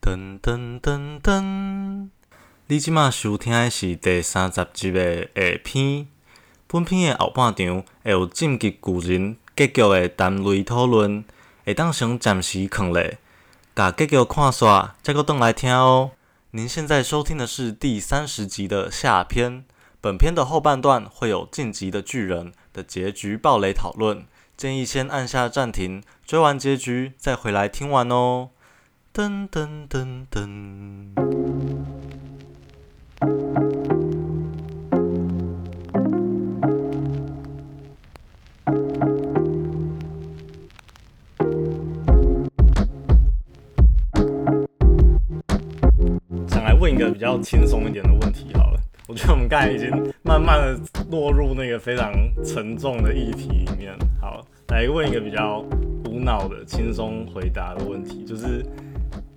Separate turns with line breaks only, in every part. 噔噔噔噔！你即马收听的是第三十集的下篇。本篇的后半场会有晋级巨人结局的谈类讨论，会当先暂时放咧，甲结局看煞，再搁倒来听哦。您现在收听的是第三十集的下篇。本篇的后半段会有晋级的巨人的结局暴雷讨论，建议先按下暂停，追完结局再回来听完哦。噔噔噔噔。
想来问一个比较轻松一点的问题好了。我觉得我们刚才已经慢慢的落入那个非常沉重的议题里面。好，来问一个比较无脑的、轻松回答的问题，就是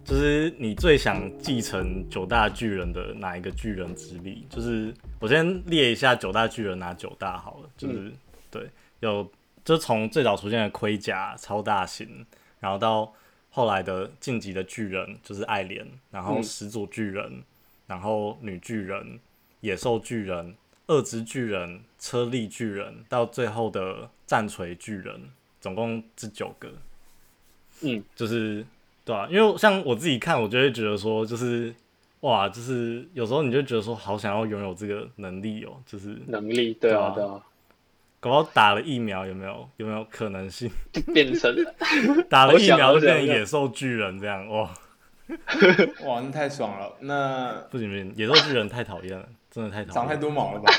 就是你最想继承九大巨人的哪一个巨人之力？就是我先列一下九大巨人哪九大好了，就是、对，有就从最早出现的盔甲超大型，然后到后来的晋级的巨人就是爱莲，然后
嗯
始祖巨人，然后女巨人、野兽巨人、二只巨人、车力巨人，到最后的战锤巨人，总共这九个。
嗯，
就是对啊，因为像我自己看，我就会觉得说，就是哇，就是有时候你就觉得说，好想要拥有这个能力哦，就是
能力，对啊，
对
对
啊
啊，
搞不好打了疫苗有没有有没有可能性？
啊变成
打了
好
疫
想
苗就
好想
变成野兽巨人这样，哇，
哇，那太爽了！那
不行不行，野兽巨人太讨厌了，真的太讨
长
厌
太
了。
多毛了 吧？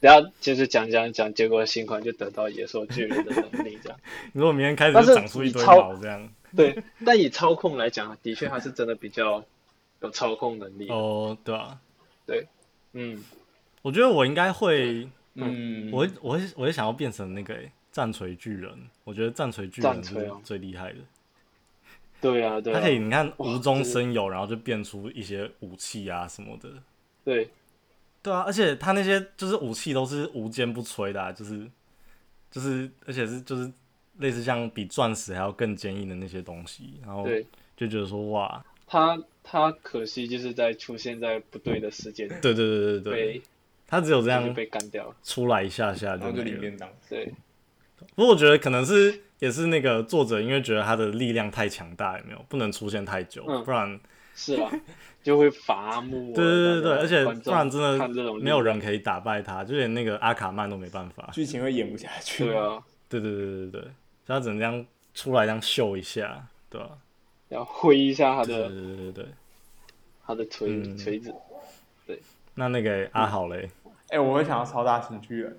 然后就是讲讲讲，结果新款就得到野兽巨人的能力， 这样
如果明天开始
但是
就长出一堆
你超
毛这样，
对。但以操控来讲，的确他是真的比较有操控能力。
哦，对啊，
嗯，
我觉得我应该会，
嗯，
我会我会我会想要变成那个欸战锤巨人，我觉得战锤巨人
战锤
是
哦
最厉害的。
对啊，对
它可以，
啊，
你看无
这
中
个
生有，然后就变出一些武器啊什么的。
对，
对啊，而且它那些就是武器都是无坚不摧的、啊，就是就是，而且是就是类似像比钻石还要更坚硬的那些东西，然后
对
就觉得说哇，
他他可惜就是在出现在不对的时间
对对对对对，
被
它只有这
就是
样
被干掉。
出来一下下
然
就
后就
没
领
了。
便当。
对，
不过我觉得可能是也是那个作者因为觉得他的力量太强大，有没有不能出现太久，
嗯
不然
是啊， 就会伐木啊。
对对对对，
大家
而且
观
不
众
然真
看这
的
种
没有
力
人可以打败他，就连那个阿卡曼都没办法。
剧情会演不下去。
对，啊，
对对对对对对，所以他只能这样出来这样秀一下，对吧、
要挥一下他
对对
的
对对对。
他的锤
嗯
锤子。
那那个阿豪嘞，
哎、我会想要超大型巨人、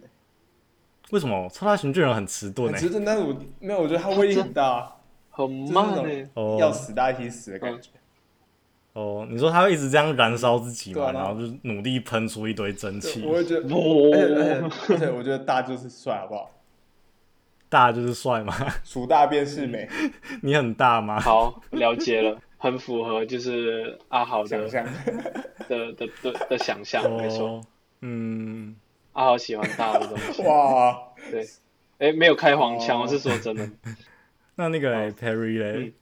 为什么超大型巨人很迟钝
很
呢
迟？钝，但是我没有，我觉得它威力很大，
很
就是
慢欸
那
呢、
种要
哦
死大家一起死的感觉。
哦，你说他会一直这样燃烧自己
对
嘛，
啊
然后就努力喷出一堆蒸
对
汽，
我会觉得，
不
而且而且而且，我觉得大就是帅，好不好？
大就是帅嘛，
属大便是美，
你很大吗？
好，了解了，很符合就是阿豪的
想象。
的的的的想象，没错，
哦，嗯，
阿豪喜欢大的东西。
哇，
哎，没有开黄腔，
哦
我是说真的，
那那个嘞 Perry 嘞
嗯，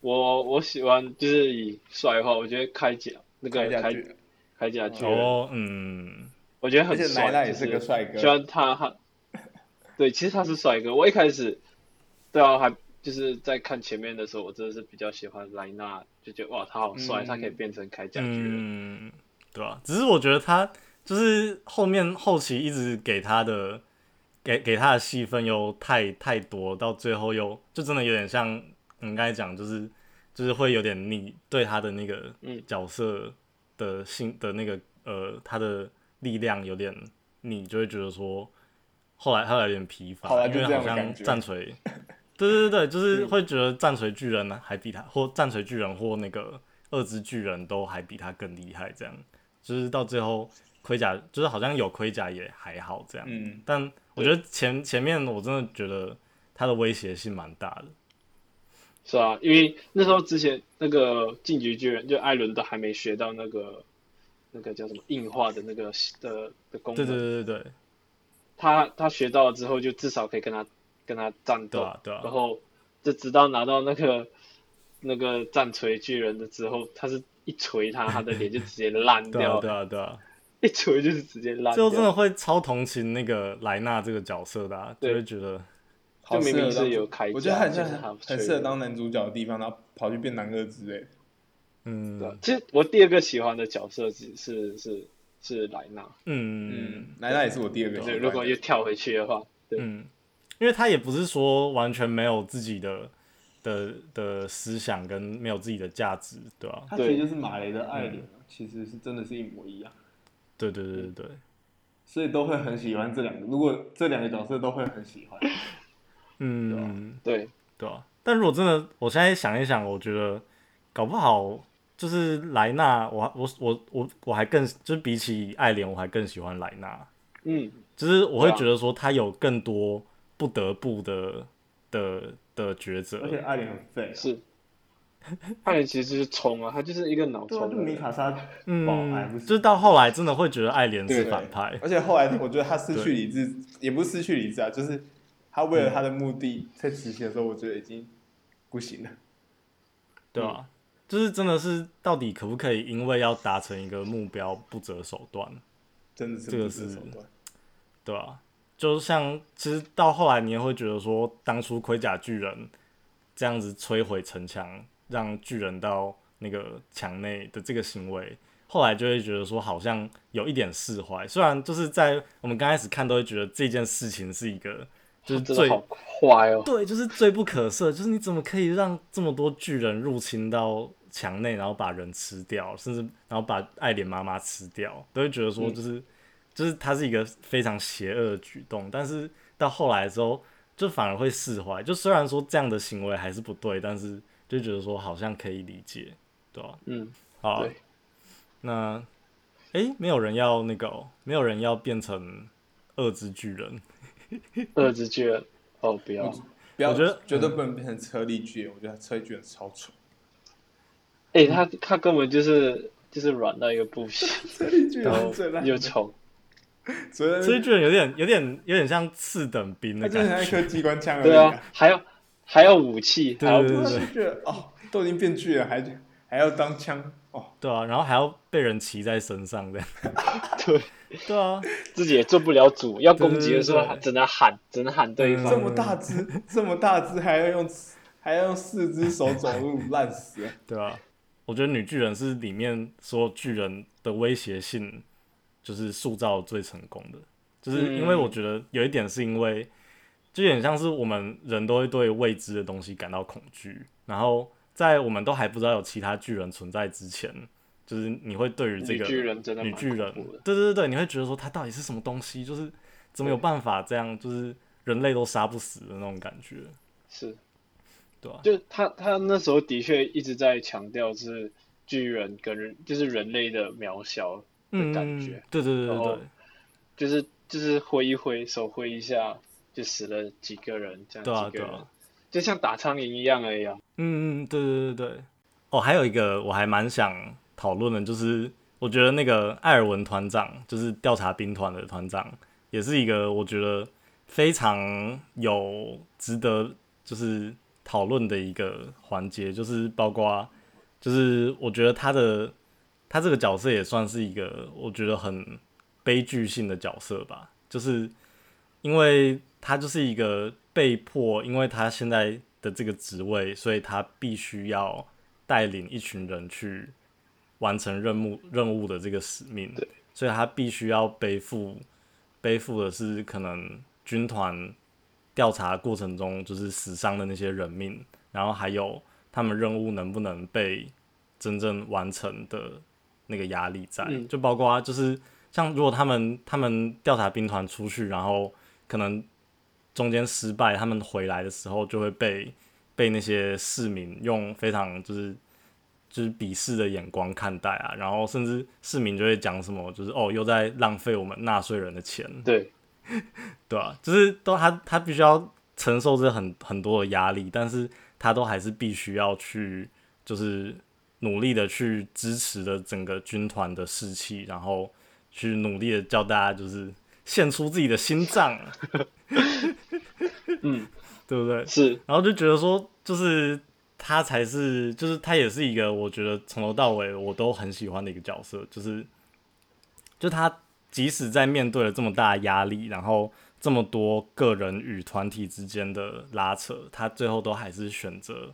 我我喜欢就是以帅话，我觉得开甲那个
看下
开
去，
开甲巨人，
哦，嗯，
我觉得
而
很
且奶
帅，
奶也
就是
个帅哥
虽。然他他，对，其实他是帅哥。我一开始，对啊，还就是在看前面的时候，我真的是比较喜欢莱纳，就觉得哇，他好帅，
嗯
他可以变成铠甲巨人。
嗯，对吧、只是我觉得他就是后面后期一直给他的给给他的戏份又太太多，到最后又就真的有点像你刚才讲，就是就是会有点腻对他的那个
嗯
角色的性、的那个呃他的力量有点腻，就会觉得说后来后来有点疲乏
后，来
因
就
为
这
好像
样的感觉
战 锤。对对对，就是会觉得战锤巨人呢还比他，或战锤巨人或那个二只巨人都还比他更厉害，这样就是到最后盔甲就是好像有盔甲也还好这样，
嗯，
但我觉得前前面我真的觉得它的威胁性蛮大的，
是啊，因为那时候之前那个进击巨人，就艾伦都还没学到那个那个叫什么硬化的那个的的功
对
能，
对对对对，
他他学到了之后，就至少可以跟他跟他战斗，
对啊对啊
然后就直到拿到那个那个战锤巨人的之后，他是一锤 他，他的脸就直接烂
对啊
掉，
对啊对啊，
一锤就是直接烂
最
掉。
后真的会超同情那个莱纳这个角色的、啊，就
对
会觉得
好
就明
适合
明是
当
有铠
我觉得他很
甲
像
就是他
很适合当男主角的地方，然后跑去变男二之类的。
嗯
对啊其实我第二个喜欢的角色是是是是莱纳，
嗯
嗯，莱纳也是我第二个喜
对，
欢的。
如果又跳回去的话，对，
嗯，因为他也不是说完全没有自己的的的思想跟没有自己的价值，对啊吧、
他
对
其实就是马雷的爱人啊，其实是真的是一模一样，
对对对对对，
所以都会很喜欢这两个。如果这两个角色都会很喜欢，
嗯，
对，
对吧、但如果真的，我现在想一想，我觉得搞不好就是莱纳，我我我我我还更就是比起爱莲，我还更喜欢莱纳。
嗯，
就是我会
对啊
觉得说他有更多不得不的的的抉择
而，且爱莲很废啊，
是。艾伦其实就是冲啊，他就是一个脑
对啊，
冲
就
的
米
人，
卡莎保安
嗯，
不
就是是到后来真的会觉得爱莲是
对
反派，
而且后来我觉得他失去理智，也不是失去理智啊，就是他为了
嗯
他的目的在执行的时候，我觉得已经不行了。
对吧、啊就是真的是到底可不可以因为要达成一个目标不择手段，
真的是
这个
不择
是
手段。
对吧、就像其实到后来你也会觉得说，当初盔甲巨人这样子摧毁城墙，让巨人到那个墙内的这个行为，后来就会觉得说好像有一点释怀。虽然就是在我们刚开始看都会觉得这件事情是一个就是
真
最
的好坏哦。
对，就是罪不可赦，就是你怎么可以让这么多巨人入侵到墙内，然后把人吃掉，甚至然后把爱莲妈妈吃掉，都会觉得说就是、就是它是一个非常邪恶的举动，但是到后来之后就反而会释怀，就虽然说这样的行为还是不对，但是就觉得说好像可以理解，对吧、
嗯，
好
对，
那诶，没有人要那个哦、没有人要变成恶之巨人，
二之巨人，哦，不要，
不要，
我觉得嗯
绝对不能变成车力巨人，我觉得车力巨人超蠢。
哎、他他根本就是就是软到一个不行，
车力巨
然
人
后
是最烂
又
的，
丑，
所以
所以巨人有点有点有点像次等兵
他
的
就
感觉。
是像一颗机关枪而已。
对啊，，还要还要武器，还要
对
武
对
器，
就觉得哦，都已经变巨人，还还要当枪哦，
对啊，然后还要被人骑在身上这 样。
对，
对啊，
自己也做不了主，要攻击的时候
对对对
只能喊，只能喊对
这
方，
么大 只，这么大只，还要用还要用四只手走路， 烂死了。
对啊，我觉得女巨人是里面所有巨人的威胁性，就是塑造最成功的。就是
嗯
因为我觉得有一点是因为，就有点像是我们人都会对未知的东西感到恐惧，然后在我们都还不知道有其他巨人存在之前，就是你会对于这
女
个
巨人真的
女
蛮
巨人
恐怖的，，
对对对对，你会觉得说它到底是什么东西？就是怎么有办法这样，就是人类都杀不死的那种感觉，
是，
对啊吧、
就他他那时候的确一直在强调是巨人跟人就是人类的渺小，
嗯，
感觉
对对对对
然后
对
就是就是挥一挥手挥一下就死了几个人，这
对啊
样几
对
个人，
啊，
就像打苍蝇一样而已啊，
嗯嗯对对对对。哦，还有一个我还蛮想讨论的，就是我觉得那个艾尔文团长，就是调查兵团的团长，也是一个我觉得非常有值得就是讨论的一个环节，就是包括就是我觉得他的他这个角色也算是一个我觉得很悲剧性的角色吧，就是因为他就是一个被迫，因为他现在的这个职位，所以他必须要带领一群人去完成任务任务的这个使命
对，
所以他必须要背负背负的是可能军团调查过程中就是死伤的那些人命，然后还有他们任务能不能被真正完成的那个压力在，
嗯
就包括就是像如果他们他们调查兵团出去，然后可能中间失败，他们回来的时候就会被被那些市民用非常就是就是鄙视的眼光看待啊，然后甚至市民就会讲什么，就是哦又在浪费我们纳税人的钱，
对，
对啊，就是都他他必须要承受这很很多的压力，但是他都还是必须要去就是努力的去支持的整个军团的士气，然后去努力的叫大家就是献出自己的心脏，
嗯，
对不对？
是。
然后就觉得说，就是他才是，就是他也是一个我觉得从头到尾我都很喜欢的一个角色，就是就他即使在面对了这么大的压力，然后这么多个人与团体之间的拉扯，他最后都还是选择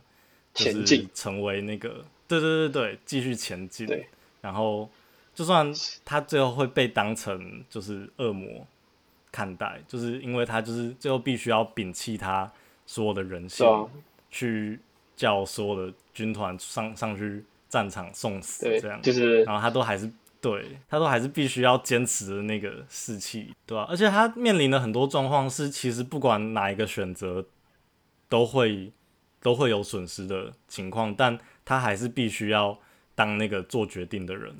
就
前
是
进
成为那个，对对对对，继续前进
对，
然后就算他最后会被当成就是恶魔看待，就是因为他就是最后必须要摒弃他所有的人性，
对啊，
去叫所有的军团上上去战场送死
对
这样，，
就是
然后他都还是对他都还是必须要坚持的那个士气，对啊吧、而且他面临的很多状况是，其实不管哪一个选择，都会都会有损失的情况，但他还是必须要当那个做决定的人，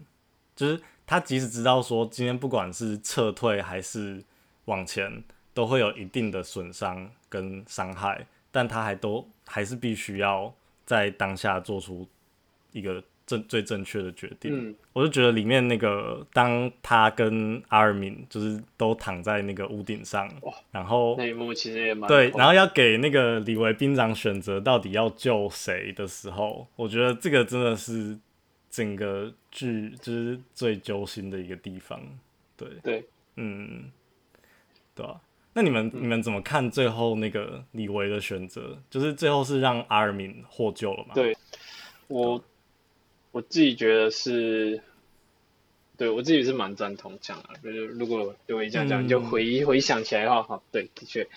就是他即使知道说今天不管是撤退还是往前，都会有一定的损伤跟伤害，但他还都还是必须要在当下做出一个正最正确的决定。
嗯，
我就觉得里面那个，当他跟阿尔敏就是都躺在那个屋顶上，然后
那一幕其实也蛮
对，
恐
然后要给那个李维兵长选择到底要救谁的时候，我觉得这个真的是整个剧就是最揪心的一个地方。对，
对，
嗯，对啊。那你们你们怎么看最后那个李维的选择？就是最后是让阿尔敏获救了嘛？
对我我自己觉得是，对我自己是蛮赞同这样的。就是如果对我一讲讲，
嗯
就回忆回想起来的话，哈，对，的确，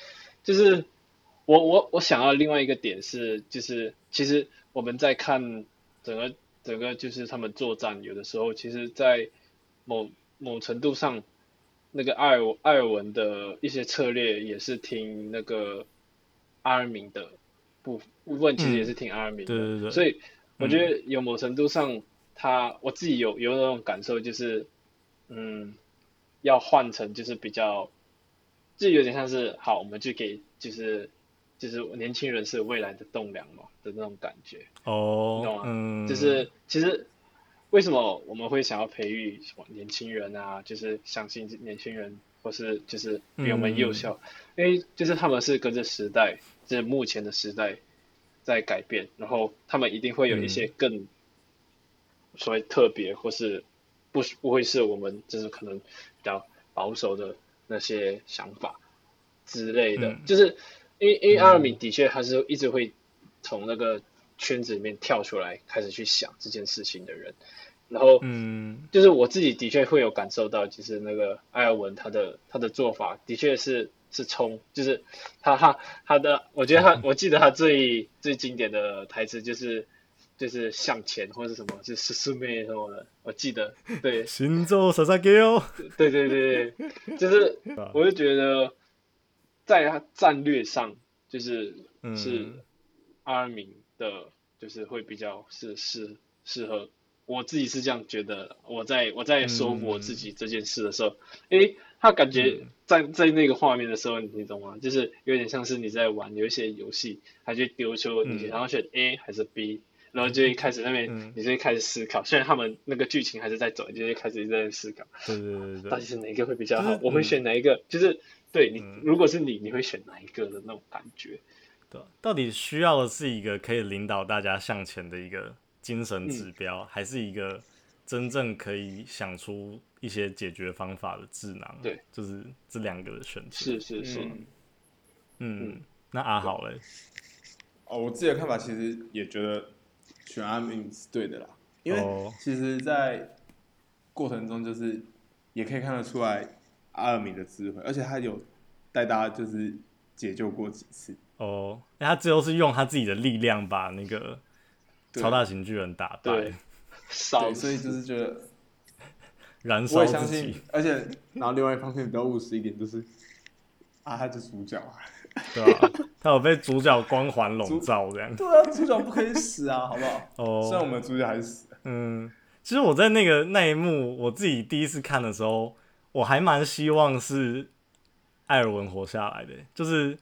就是我我我想要另外一个点是，就是其实我们在看整个整个就是他们作战，有的时候其实，在某某程度上，那个艾尔艾尔文的一些策略也是听那个阿尔敏的部部分，其实也是听阿尔敏的，
嗯对对对
所以我觉得有某程度上，他我自己有有那种感受，就是嗯，要换成就是比较，就有点像是好，我们去给就是就是年轻人是未来的栋梁嘛的那种感觉，你懂
哦
吗，
嗯，
啊就是其实为什么我们会想要培育什么年轻人啊？就是相信年轻人，或是就是比我们幼小，因为就是他们是跟着时代，就是目前的时代在改变，然后他们一定会有一些更所谓特别，或是不是不会是我们就是可能比较保守的那些想法之类的，
嗯
就是因为因为阿尔敏的确他是一直会从那个圈子里面跳出来，开始去想这件事情的人，然后
嗯
就是我自己的确会有感受到，就是那个艾尔文他的他的做法的确是是冲，就是他他他的，我觉 得他我记得他最最经典的台词就是就是向前或是什么，就是师妹什么的，我记得对
行走萨萨给哦，
对对对对，就是
啊
我就觉得在他战略上就是
嗯
是阿尔敏的，就是会比较是适适合。我自己是这样觉得，我在我
嗯
在说服我自己这件事的时候，诶、他感
嗯
觉在在那个画面的时候，你懂吗？就是有点像是你在玩有一些游戏，他就丢球，你
嗯
然后选 A 还是 B，然后就会开始那边、
嗯
你就会开始思考。虽然他们那个剧情还是在走，你就会开始一直在思考，
对对对对
到
对
底。是哪一个会比较好？
就是
我会
嗯
选哪一个？就是对你，
嗯
如果是你，你会选哪一个的那种感觉？
对，啊到底需要的是一个可以领导大家向前的一个精神指标，
嗯
还是一个真正可以想出一些解决方法的智囊？
对，
就是这两个的选择。
是，是是，
嗯
嗯，那阿好嘞，
哦，我自己的看法其实也觉得选阿敏是对的啦，因为
哦
其实，在过程中就是也可以看得出来阿尔敏的智慧，而且他有带大家就是解救过几次，
哦，那他最后是用他自己的力量把那个
对
超大型巨人打败
对，少
对，所以哦就是觉得
燃
我
烧
也相
自
信
己，，
而且然后另外一方面比较务实一点就是啊，他就是主角啊，
对吧、他有被主角光环笼罩这样。
对啊，主角不可以死啊，好不 好？
哦，
虽然我们的主角还是死了，
嗯，其实我在那个那一幕，我自己第一次看的时候，我还蛮希望是艾尔文活下来的，就是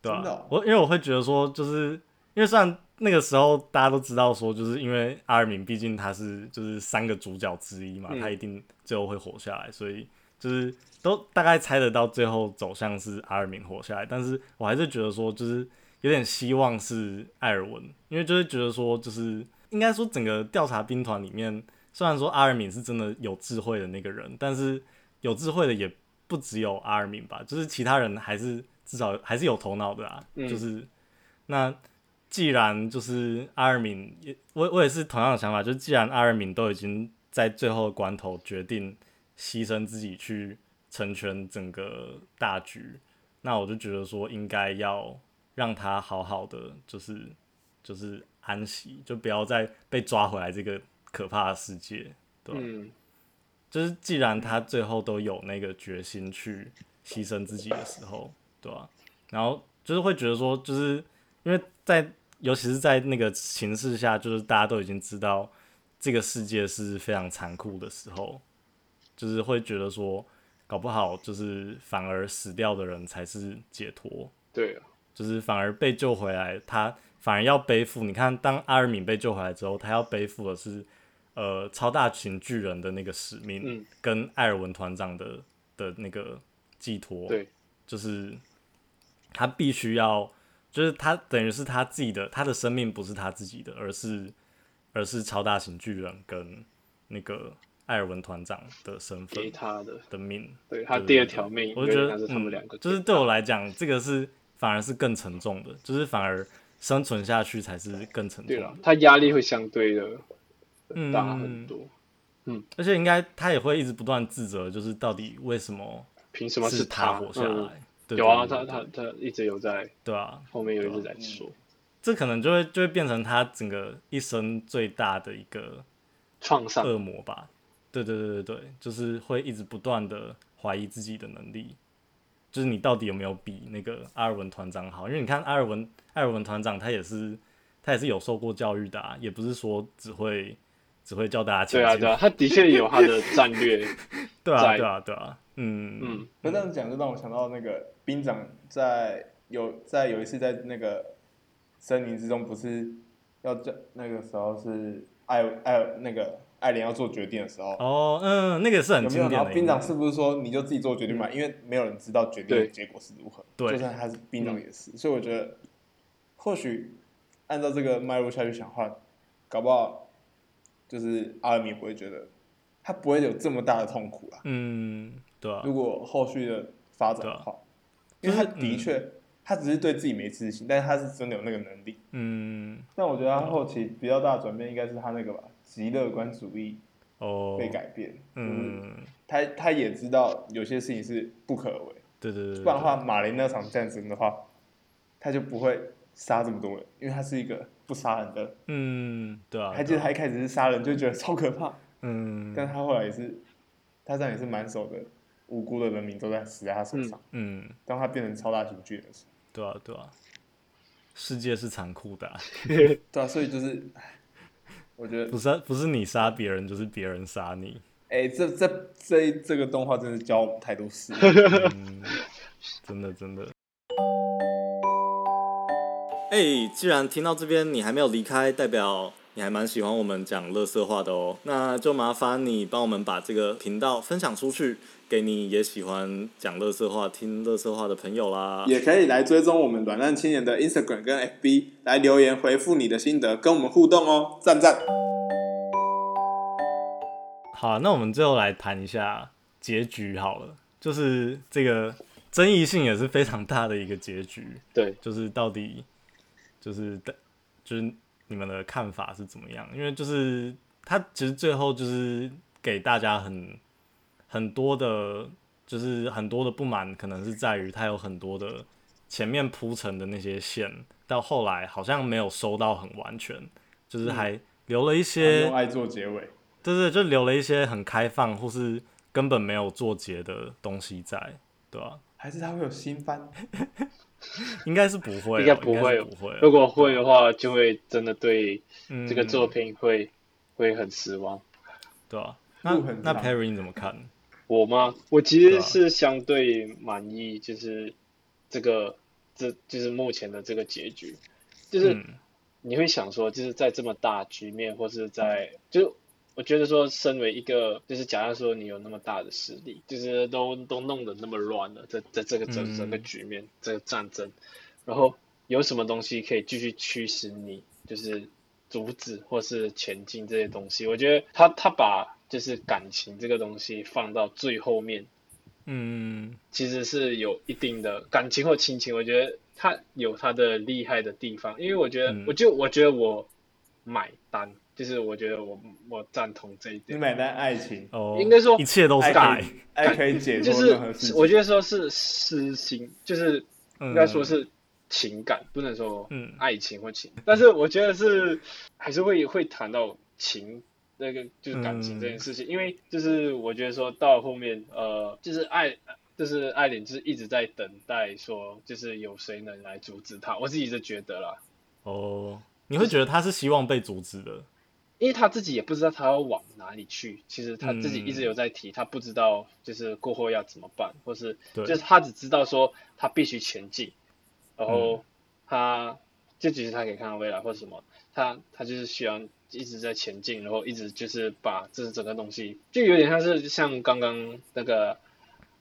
对吧、啊
真的哦
我因为我会觉得说，就是因为虽然那个时候大家都知道说，就是因为阿尔敏毕竟他是就是三个主角之一嘛，
嗯
他一定最后会活下来，所以就是都大概猜得到最后走向是阿尔敏活下来，但是我还是觉得说，就是有点希望是艾尔文，因为就是觉得说，就是应该说整个调查兵团里面，虽然说阿尔敏是真的有智慧的那个人，但是有智慧的也不只有阿尔敏吧，就是其他人还是至少还是有头脑的啊，
嗯
就是那。既然就是阿尔敏，也我我也是同样的想法，就是既然阿尔敏都已经在最后的关头决定牺牲自己去成全整个大局，那我就觉得说应该要让他好好的，就是就是安息，就不要再被抓回来这个可怕的世界，对吧、
嗯，
就是既然他最后都有那个决心去牺牲自己的时候，对吧、然后就是会觉得说，就是因为在尤其是在那个情势下，就是大家都已经知道这个世界是非常残酷的时候，就是会觉得说，搞不好就是反而死掉的人才是解脱，
对啊，
就是反而被救回来，他反而要背负。你看，当阿尔敏被救回来之后，他要背负的是呃超大型巨人的那个使命，
嗯
跟艾尔文团长的的那个寄托。
对，
就是他必须要，就是他等于是他自己的，他的生命不是他自己的，而是而是超大型巨人跟那个艾尔文团长的身
给
份
他的，
的命。
对他
对
第二条命，
我就觉得
那是他
嗯
们两个给他，
就是对我来讲，这个是反而是更沉重的，就是反而生存下去才是更沉重
对了
的，。
他压力会相对的
嗯
大很多，
而且应该他也会一直不断自责，就是到底为什么
凭什么
是
他
活下
嗯
来？对
有啊，
对
他
对
他他一直有在
对啊，嗯
后面有一直在说，
这可能就会就会变成他整个一生最大的一个
创伤，
恶魔吧。对对对对对，就是会一直不断的怀疑自己的能力，就是你到底有没有比那个阿尔文团长好？因为你看阿尔文阿尔文团长他也是他也是有受过教育的、啊，也不是说只会只会叫大家前
对啊
进
对啊，他的确有他的战略，
对啊
在
对啊对啊，嗯
嗯，
那这样讲就让我想到那个兵长在有在有一次在那个森林之中，不是要叫那个时候是艾艾那个艾莲要做决定的时候，
哦嗯，那个是很
有没
经
有？
典
然
的一
后
幕，嗯
兵长是不是说你就自己做决定嘛？因为没有人知道决定的
对
结果是如何，
对
就算他是兵长也是。所以我觉得，或许按照这个脉络下去想的话，搞不好就是阿尔米不会觉得他不会有这么大的痛苦啊啦。
嗯对啊
如果后续的发展的话，
对
因
啊
为
就
他
是嗯
的确、他只是对自己没自信，但是他是真的有那个能力。
嗯
但我觉得他后期比较大的转变应该是他那个吧，极乐观主义
哦
被改变，就是
嗯
他他也知道有些事情是不可为，
对对对对，
不然的话，马林那场战争的话，他就不会杀这么多人，因为他是一个不杀人的。
嗯对啊，
还记得
对啊
他一开始是杀人就觉得超可怕，
嗯
但他后来也是，他这样也是满手的无辜的人民都在死在他手上。
嗯
当他变成超大型巨人的时候，
对啊对啊，世界是残酷的啊、
对啊，所以就是，唉我觉得
不，是啊不是你杀别人，就是别人杀你。
哎、这这这一这个动画真的教我们太多事了。
嗯，真的真的。哎、既然听到这边你还没有离开，代表你还蛮喜欢我们讲乐色话的哦。那就麻烦你帮我们把这个频道分享出去，给你也喜欢讲乐色话、听乐色话的朋友啦。
也可以来追踪我们软烂青年的 Instagram 跟 FB，来留言回复你的心得，跟我们互动哦，赞赞。
好，那我们最后来谈一下结局好了，就是这个争议性也是非常大的一个结局。
对，
就是到底就是的，就是你们的看法是怎么样？因为就是他其实最后就是给大家很很多的，就是很多的不满，可能是在于他有很多的前面铺陈的那些线，到后来好像没有收到很完全，就是嗯还留了一些、
用爱做结尾，
对对，就留了一些很开放或是根本没有做结的东西在，对吧、
还是他会有新番？
应该是不会哦，
应该不
是
会哦
不会哦。
如果会的话，就会真的对这个
嗯
作品会、会很失望。
对啊，那
路很
那
长
Perry 你怎么看？
我吗？我其
对
实
啊
是相对满意，就是这个这就是目前的这个结局，就是。
嗯
你会想说，就是在这么大局面，或是在就我觉得说，身为一个就是假如说你有那么大的实力，就是都都弄得那么乱了，在在这个整
嗯
整个局面，这个战争，然后有什么东西可以继续驱使你，就是阻止或是前进这些东西。我觉得他他把就是感情这个东西放到最后面，
嗯，
其实是有一定的感情或亲情，我觉得他有他的厉害的地方，因为我觉得，
嗯
我就我觉得我买单，就是我觉得我我赞同这一
你
点，
买单爱情，
哦，
应该说
一切都是
爱可
爱
以，爱可以解
就
脱
是
任何事情。
我觉得说是私心，就是
应
应该说是情感，不能说
嗯
爱情或情，但是我觉得是还是会会谈到情那个就是感情这件事情，因为就是我觉得说到后面呃，就是爱就是爱莲就是一直在等待说就是有谁能来阻止他，我自己是觉得啦，
哦，你会觉得他是希望被阻止的，
因为他自己也不知道他要往哪里去，其实他自己
嗯
一直有在提，他不知道就是过后要怎么办，或是
对
就是他只知道说他必须前进，
嗯
然后他这只是他可以看到未来或什么，他他就是需要一直在前进，然后一直就是把这整个东西，就有点像是像刚刚那个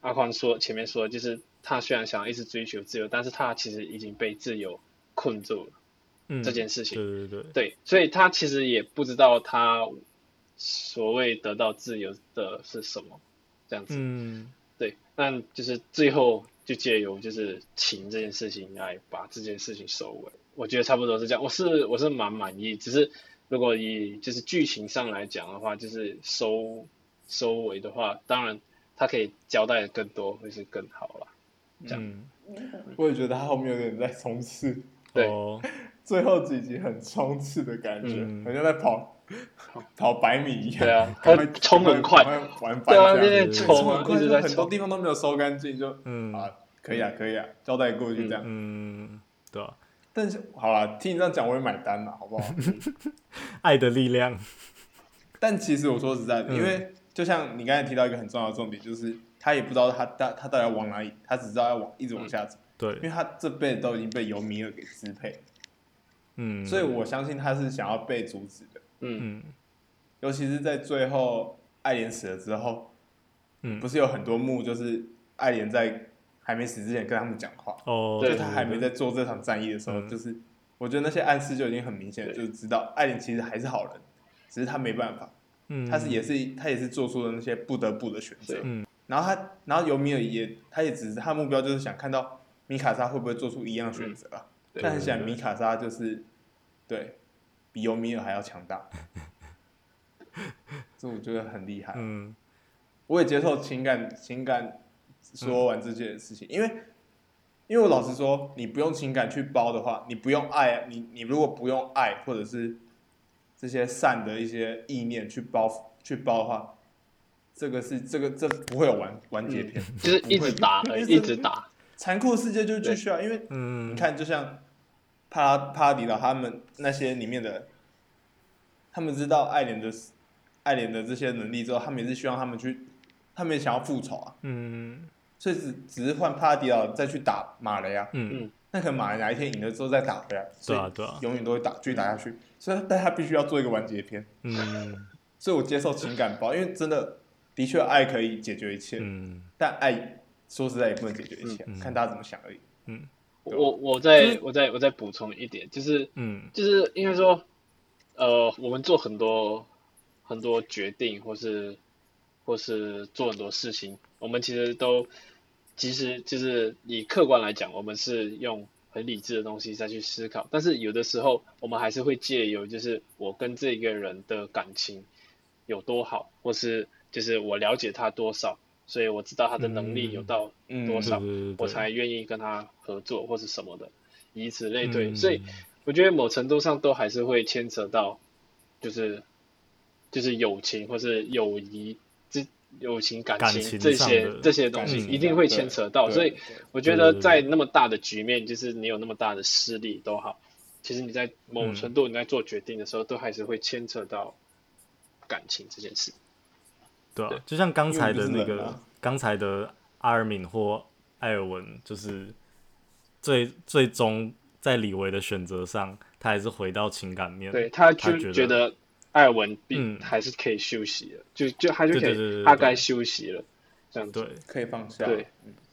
阿宽说前面说，就是他虽然想要一直追求自由，但是他其实已经被自由困住了
嗯，
这件事情。
对对对，
对，所以他其实也不知道他所谓得到自由的是什么，这样子。
嗯，
对，但就是最后就借由就是情这件事情来把这件事情收尾，我觉得差不多是这样。我是我是蛮满意，只是如果以就是剧情上来讲的话，就是收收尾的话，当然他可以交代的更多会是更好啦。
嗯，
我也觉得他后面有点在冲刺，
对
哦，
最后几集很冲刺的感觉，
嗯
好像在跑跑百米一样。
对啊
赶快
他冲很快，
赶快玩
对啊，
翻
那
这样。
边
对
冲
很
啊，
快，
一直
就
在
很
冲
多。地方都没有收干净，就
嗯，
啊，可以啊，可以啊，交代过去这样。
嗯，对啊，
但是好了，听你这样讲，我也买单了，好不好？
爱的力量，
但其实我说实在的，
嗯
因为就像你刚才提到一个很重要的重点，就是他也不知道他他他到底要往哪里，他只知道要往一直往下走，
嗯
因为
对，
他这辈子都已经被尤米尔给支配，
嗯，
所以我相信他是想要被阻止的，
嗯，
嗯
尤其是在最后爱莲死了之后，
嗯
不，是有很多幕就是爱莲在还没死之前跟他们讲话，
哦，
对
就他还没在做这场战役的时候，
嗯
就是我觉得那些暗示就已经很明显了，
对
就知道艾琳其实还是好人，只是他没办法，
嗯，
他是也是他也是做出了那些不得不的选择
对。
嗯
然后他，然后尤米尔也，他也只是他的目标就是想看到米卡莎会不会做出一样的选择啊。
对
但很显然，米卡莎就是对比尤米尔还要强大，这我觉得很厉害。
嗯
我也接受情感情感
嗯
说完这件事情，因为因为我老实说，你不用情感去包的话，你不用爱，你你如果不用爱或者是这些善的一些意念去包去包的话，这个是这个这不会有完完结篇。
嗯就是一直 打，
不会
一直打。
残酷世界就是继续啊，因为
嗯，
你看，就像帕帕迪岛他们那些里面的，他们知道爱莲的爱莲的这些能力之后，他们也是希望他们去，他们也想要复仇啊。
嗯
所以只只是换帕迪岛再去打马雷啊，
嗯
那可能马雷哪一天赢了之后再打回来，
对啊
所以
对啊
永远都会打继续打下去。所以，但他必须要做一个完结篇，
嗯
所以我接受情感包，因为真的的确爱可以解决一切，
嗯，
但爱说实在也不能解决一切，
嗯
看大家怎么想而已。对吧
我我再我再我再补充一点，就是
嗯
就是应该说，呃，我们做很多很多决定，或是或是做很多事情，我们其实都其实就是以客观来讲，我们是用很理智的东西再去思考，但是有的时候我们还是会借由就是我跟这个人的感情有多好，或是就是我了解他多少，所以我知道他的能力有到
嗯
多
对
少，
对对，
我才愿意跟他合作或是什么的，以此类推。
嗯
所以我觉得某程度上都还是会牵扯到，就是就是友情或是友谊这友情感
感
情
情
这
上
些
的
这些东西
感情
一定会
对
牵扯到，
对
所以
对
我觉
对对
得
对
在那么大的局面，就是你有那么大的势力都好，其实你在
嗯
某程度你在做决定的时候，都还是会牵扯到感情这件事。
对啊，就像刚才的那
因为我们不是人
个
啊，
刚才的阿尔敏或艾尔文，就是最最终在李维的选择上，他还是回到情感面。
对，他
他
就
觉得
觉得艾尔文
嗯
比还是可以休息的，就就他就可
对对对对对
以他该休息了，这样子。
对，啊
可以放下，啊
对，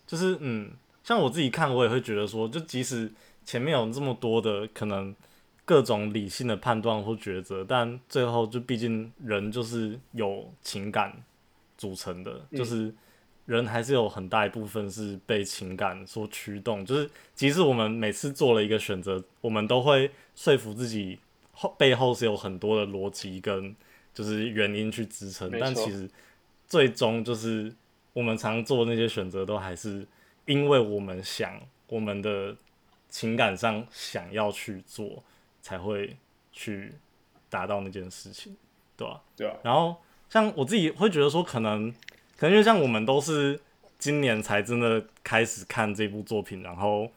就是嗯，像我自己看，我也会觉得说，就即使前面有这么多的可能各种理性的判断或抉择，但最后就毕竟人就是有情感组成的，
嗯
就是人还是有很大一部分是被情感所驱动。就是即使我们每次做了一个选择，我们都会说服自己后背后是有很多的逻辑跟就是原因去支撑
没，错
但其实最终就是我们常做那些选择都还是因为我们想我们的情感上想要去做，才会去达到那件事情，对吧、啊
对啊吧？
然后像我自己会觉得说，可能可能因为像我们都是今年才真的开始看这部作品，然后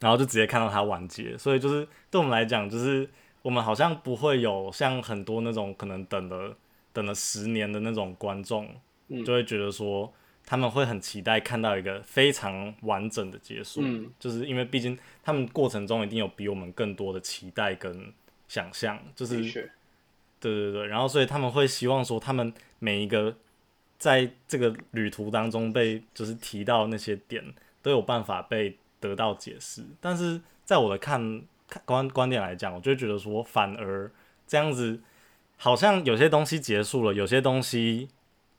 然后就直接看到它完结，所以就是对我们来讲，就是我们好像不会有像很多那种可能等了等了十年的那种观众，
嗯
就会觉得说他们会很期待看到一个非常完整的结束，
嗯
就是因为毕竟他们过程中一定有比我们更多的期待跟想象，就是
的确，
对对对，然后所以他们会希望说，他们每一个在这个旅途当中被就是提到那些点，都有办法被得到解释。但是在我的看看观观点来讲，我就会觉得说，反而这样子好像有些东西结束了，有些东西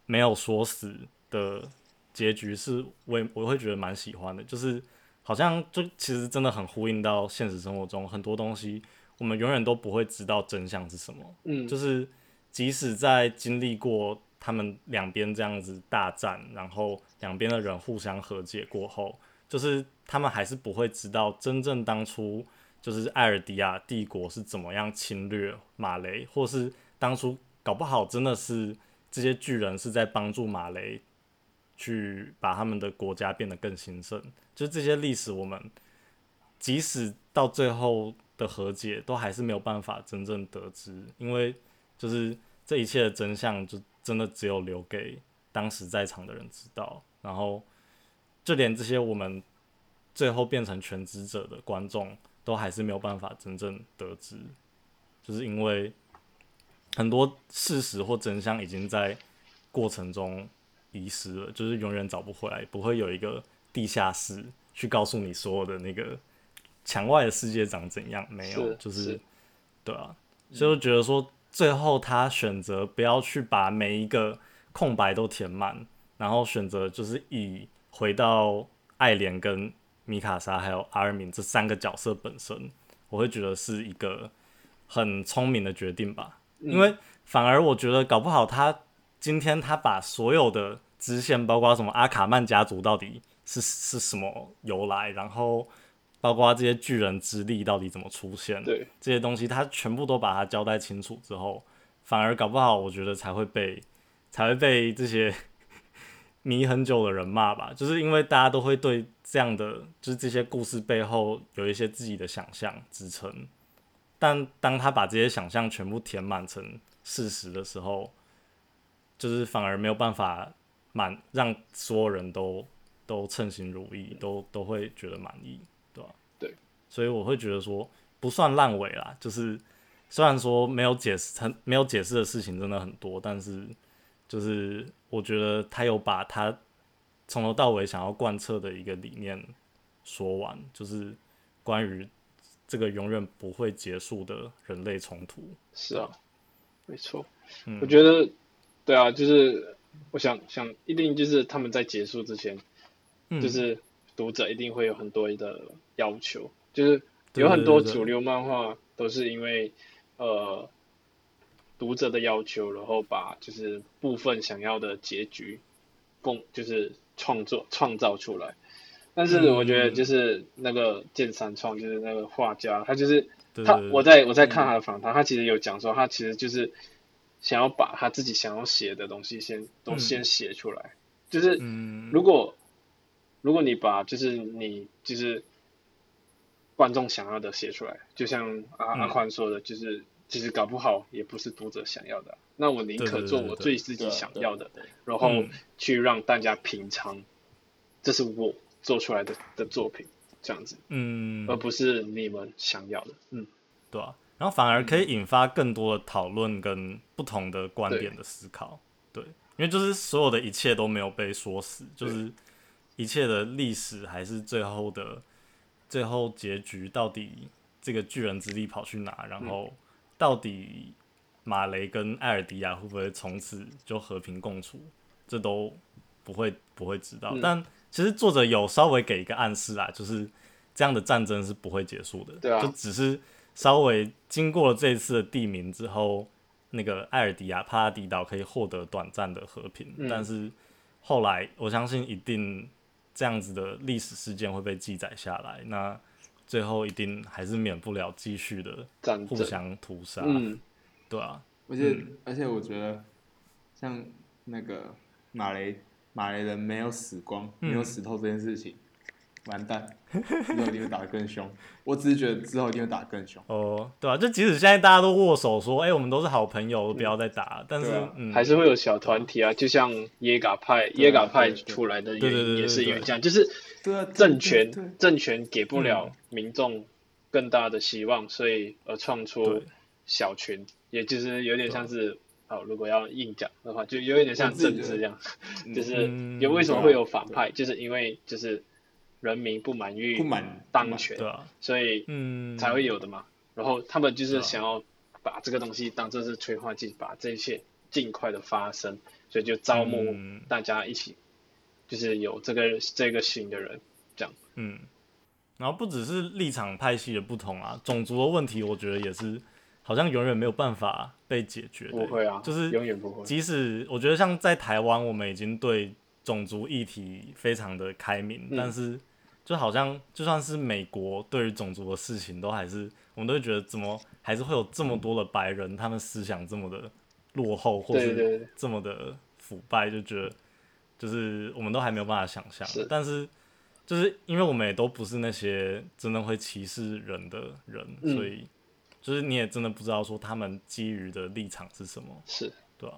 没有说死的结局，是我也我会觉得蛮喜欢的，就是好像就其实真的很呼应到现实生活中很多东西。我们永远都不会知道真相是什么，
嗯，
就是即使在经历过他们两边这样子大战，然后两边的人互相和解过后，就是他们还是不会知道真正当初就是艾尔迪亚帝国是怎么样侵略马雷，或是当初搞不好真的是这些巨人是在帮助马雷去把他们的国家变得更兴盛，就是这些历史我们即使到最后的和解，都还是没有办法真正得知，因为就是这一切的真相，就真的只有留给当时在场的人知道。然后，就连这些我们最后变成全知者的观众，都还是没有办法真正得知，就是因为很多事实或真相已经在过程中遗失了，就是永远找不回来，不会有一个地下室去告诉你所有的那个墙外的世界长怎样，没有，
是
就是
是
对啊，所以我觉得说，最后他选择不要去把每一个空白都填满，然后选择就是以回到爱莲跟米卡莎还有阿尔敏这三个角色本身，我会觉得是一个很聪明的决定吧。因为反而我觉得搞不好他今天他把所有的支线，包括什么阿卡曼家族到底是是什么由来，然后包括这些巨人之力到底怎么出现，
对，
这些东西，他全部都把它交代清楚之后，反而搞不好，我觉得才会被才会被这些迷很久的人骂吧，就是因为大家都会对这样的就是这些故事背后有一些自己的想象支撑，但当他把这些想象全部填满成事实的时候，就是反而没有办法满让所有人都都称心如意，都都会觉得满意，对吧、
对，
所以我会觉得说不算烂尾啦，就是虽然说没有解释很没有解释的事情真的很多，但是就是我觉得他有把他从头到尾想要贯彻的一个理念说完，就是关于这个永远不会结束的人类冲突。
是啊，没错，
嗯
我觉得，对啊，就是我想想，一定就是他们在结束之前，
嗯
就是读者一定会有很多的要求，就是
对
有很多
对对
主流漫画都是因为呃读者的要求，然后把就是部分想要的结局共就是创作创造出来。但是我觉得
嗯
就是那个剑三创，就是那个画家，他就是
对
他
对对
我在我在看他的访谈，他其实有讲说，他其实就是想要把他自己想要写的东西先都
嗯
先写出来，就是
嗯，
如果如果你把就是你就是观众想要的写出来，就像阿
嗯
阿宽说的，就是其实搞不好也不是读者想要的。那我宁
对对
可
对
做
对
我
对
最自
对
己
啊
想
对
要的，
对
然后
嗯
去让大家品尝，这是我做出来的的作品，这样子，
嗯，
而不是你们想要的。嗯，
对啊，然后反而可以引发更多的讨论跟不同的观点的思考。对，因为就是所有的一切都没有被说死，就是一切的历史还是最后的最后结局到底这个巨人之力跑去哪，然后到底马雷跟艾尔迪亚会不会从此就和平共处，这都不会不会知道。
嗯
但其实作者有稍微给一个暗示啊，就是这样的战争是不会结束的，
对啊
就只是稍微经过了这一次的地名之后，那个艾尔迪亚帕拉迪岛可以获得短暂的和平，
嗯
但是后来我相信一定这样子的历史事件会被记载下来，那最后一定还是免不了继续的
战
互
争，
相屠杀，
嗯，
对啊，
而且、而且我觉得像那个马雷马雷人没有死光，没有死透这件事情，完蛋，之后一定会打得更凶。 我只是觉得之后一定会打得更凶。
哦，对啊，就即使现在大家都握手说，哎、我们都是好朋友，
嗯
不要再打了，但是、
对啊
嗯，啊
还是会有小团体啊，就像耶嘎派，耶嘎派
对对
出来的
对对
原
对
因
对
也是因为
对嗯
这样，就是
对啊，对
政权
对对
政权给不了民众更大的希望，所以而创出
对
小群，也就是有点像是，好，如果要硬讲的话，就有点像政治这样，
嗯
就是
嗯
有为什么会有反派，就是因为就是人民不满于
不满
当权，
对啊，
所以
嗯，
才会有的嘛。然后他们就是
啊
想要把这个东西当做是催化剂，把这一切尽快的发生，所以就招募
嗯
大家一起，就是有这个这个型的人，
嗯，然后不只是立场派系的不同啊，种族的问题，我觉得也是好像永远没有办法被解决的。
不会啊，
就是
永远不会。
即使我觉得像在台湾，我们已经对种族议题非常的开明，
嗯
但是就好像就算是美国对于种族的事情，都还是我们都会觉得怎么还是会有这么多的白人，他们思想这么的落后，或
对对
是
对
这么的腐败，就觉得就是我们都还没有办法想象。
是
但是就是因为我们也都不是那些真的会歧视人的人，
嗯
所以就是你也真的不知道说他们基于的立场是什么。
是，
对啊，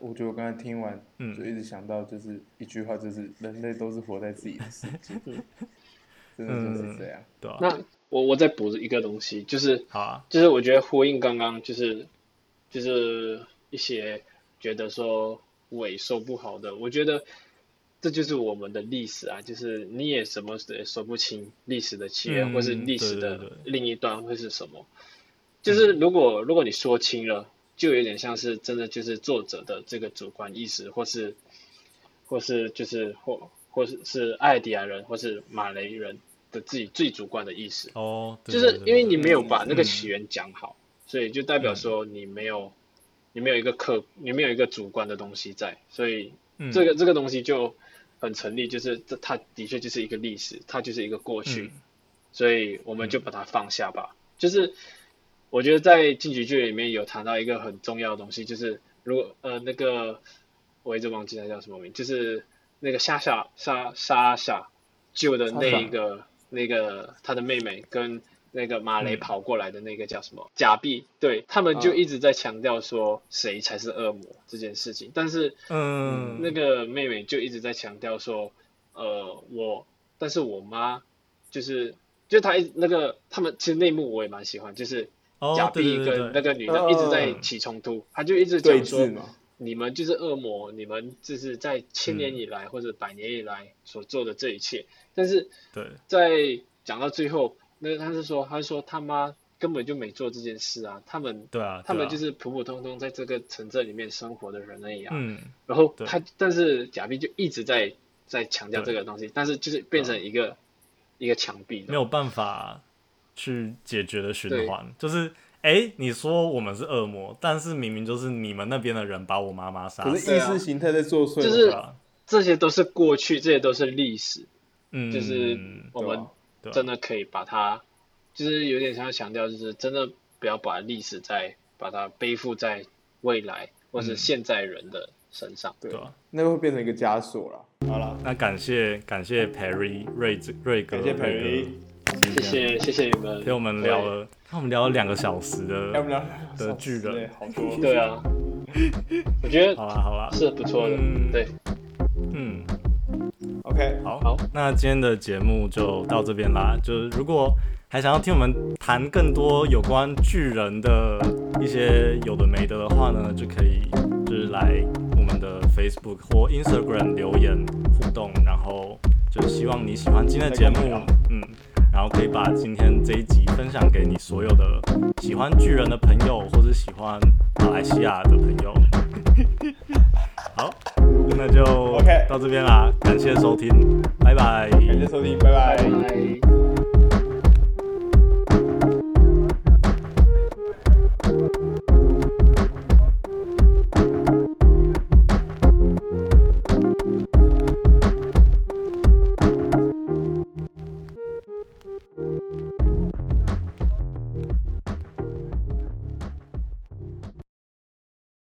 我觉得我刚才听完，
嗯
就一直想到就是一句话，就是人类都是活在自己的世 界，真的就是这样。
对啊，
嗯那我我再补一个东西，就是
好啊，
就是我觉得呼应刚刚就是就是一些觉得说尾收不好的，我觉得这就是我们的历史啊，就是你也什么也说不清历史的起源，
嗯
或是历史
对对
的
对
另一端会是什么。就是如果如果你说清了，就有点像是真的就是作者的这个主观意识，或是或是就是或或是是艾迪亚人或是马雷人的自己最主观的意识。
哦，对
就是因为你没有把那个
嗯
起源讲好，所以就代表说你没有，你没有一个客，你没有一个主观的东西在，所以
嗯
这个、这个东西就很成立，就是这它的确就是一个历史，它就是一个过去，
嗯
所以我们就把它放下吧。就是我觉得在《进击剧》里面有谈到一个很重要的东西，就是如果呃那个我一直忘记他叫什么名，就是那个夏夏莎莎夏救的那一个那个他的妹妹跟那个马雷
嗯
跑过来的那个叫什么假币，对他们就一直在强调说谁才是恶魔这件事情，但是
嗯
那个妹妹就一直在强调说，呃，我，但是我妈就是，就她一那个他们其实内幕我也蛮喜欢，就是
哦
假
对对
币
对对
跟那个女的一直在
嗯
起冲突，她就一直
对
讲说
峙，嘛，
你们就是恶魔，你们就是在千年以来或者百年以来所做的这一切，但是
对
在讲到最后，那他是说，他是说他妈根本就没做这件事啊，他们
对啊，
他
对
们
啊
就是普普通通在这个城镇里面生活的人而已啊。
嗯
然后
对
他，但是假币就一直在在强调这
对啊
个东西，但是就是变成一个一个墙壁，
没有办法去解决的循
对
环，就是哎，你说我们是恶魔，但是明明就是你们那边的人把我妈妈杀
可
死，
是意识形态在作祟嘛，
啊就是
对啊，
这些都是过去，这些都是历史，
嗯，
就是我
对
们
吧
对啊
真的可以把它，就是有点想要强调，就是真的不要把历史再把它背负在未来或是
嗯
现在人的身上。
对
对啊，
那会变成一个枷锁了。好了，
那感谢感谢 Perry 瑞瑞哥，
感谢
瑞哥
Perry，
谢谢谢谢你们
陪嗯我们聊，了，看我们聊了两个小时
要不
的，
然
的巨人
对好多
对对啊， 我觉
好
得
啦好啦，
是不错的，
嗯
对，
嗯。
OK。
好，
好
那今天的节目就到这边啦。就是如果还想要听我们谈更多有关巨人的一些有的没的的话呢，就可以就是来我们的 Facebook 或 Instagram 留言互动，然后就希望你喜欢今天的节目
再跟我聊，
嗯，然后可以把今天这一集分享给你所有的喜欢巨人的朋友，或是喜欢马来西亚的朋友。好，那就
OK
到这边啦，感谢收听，拜拜。
感谢收听，拜拜
拜拜。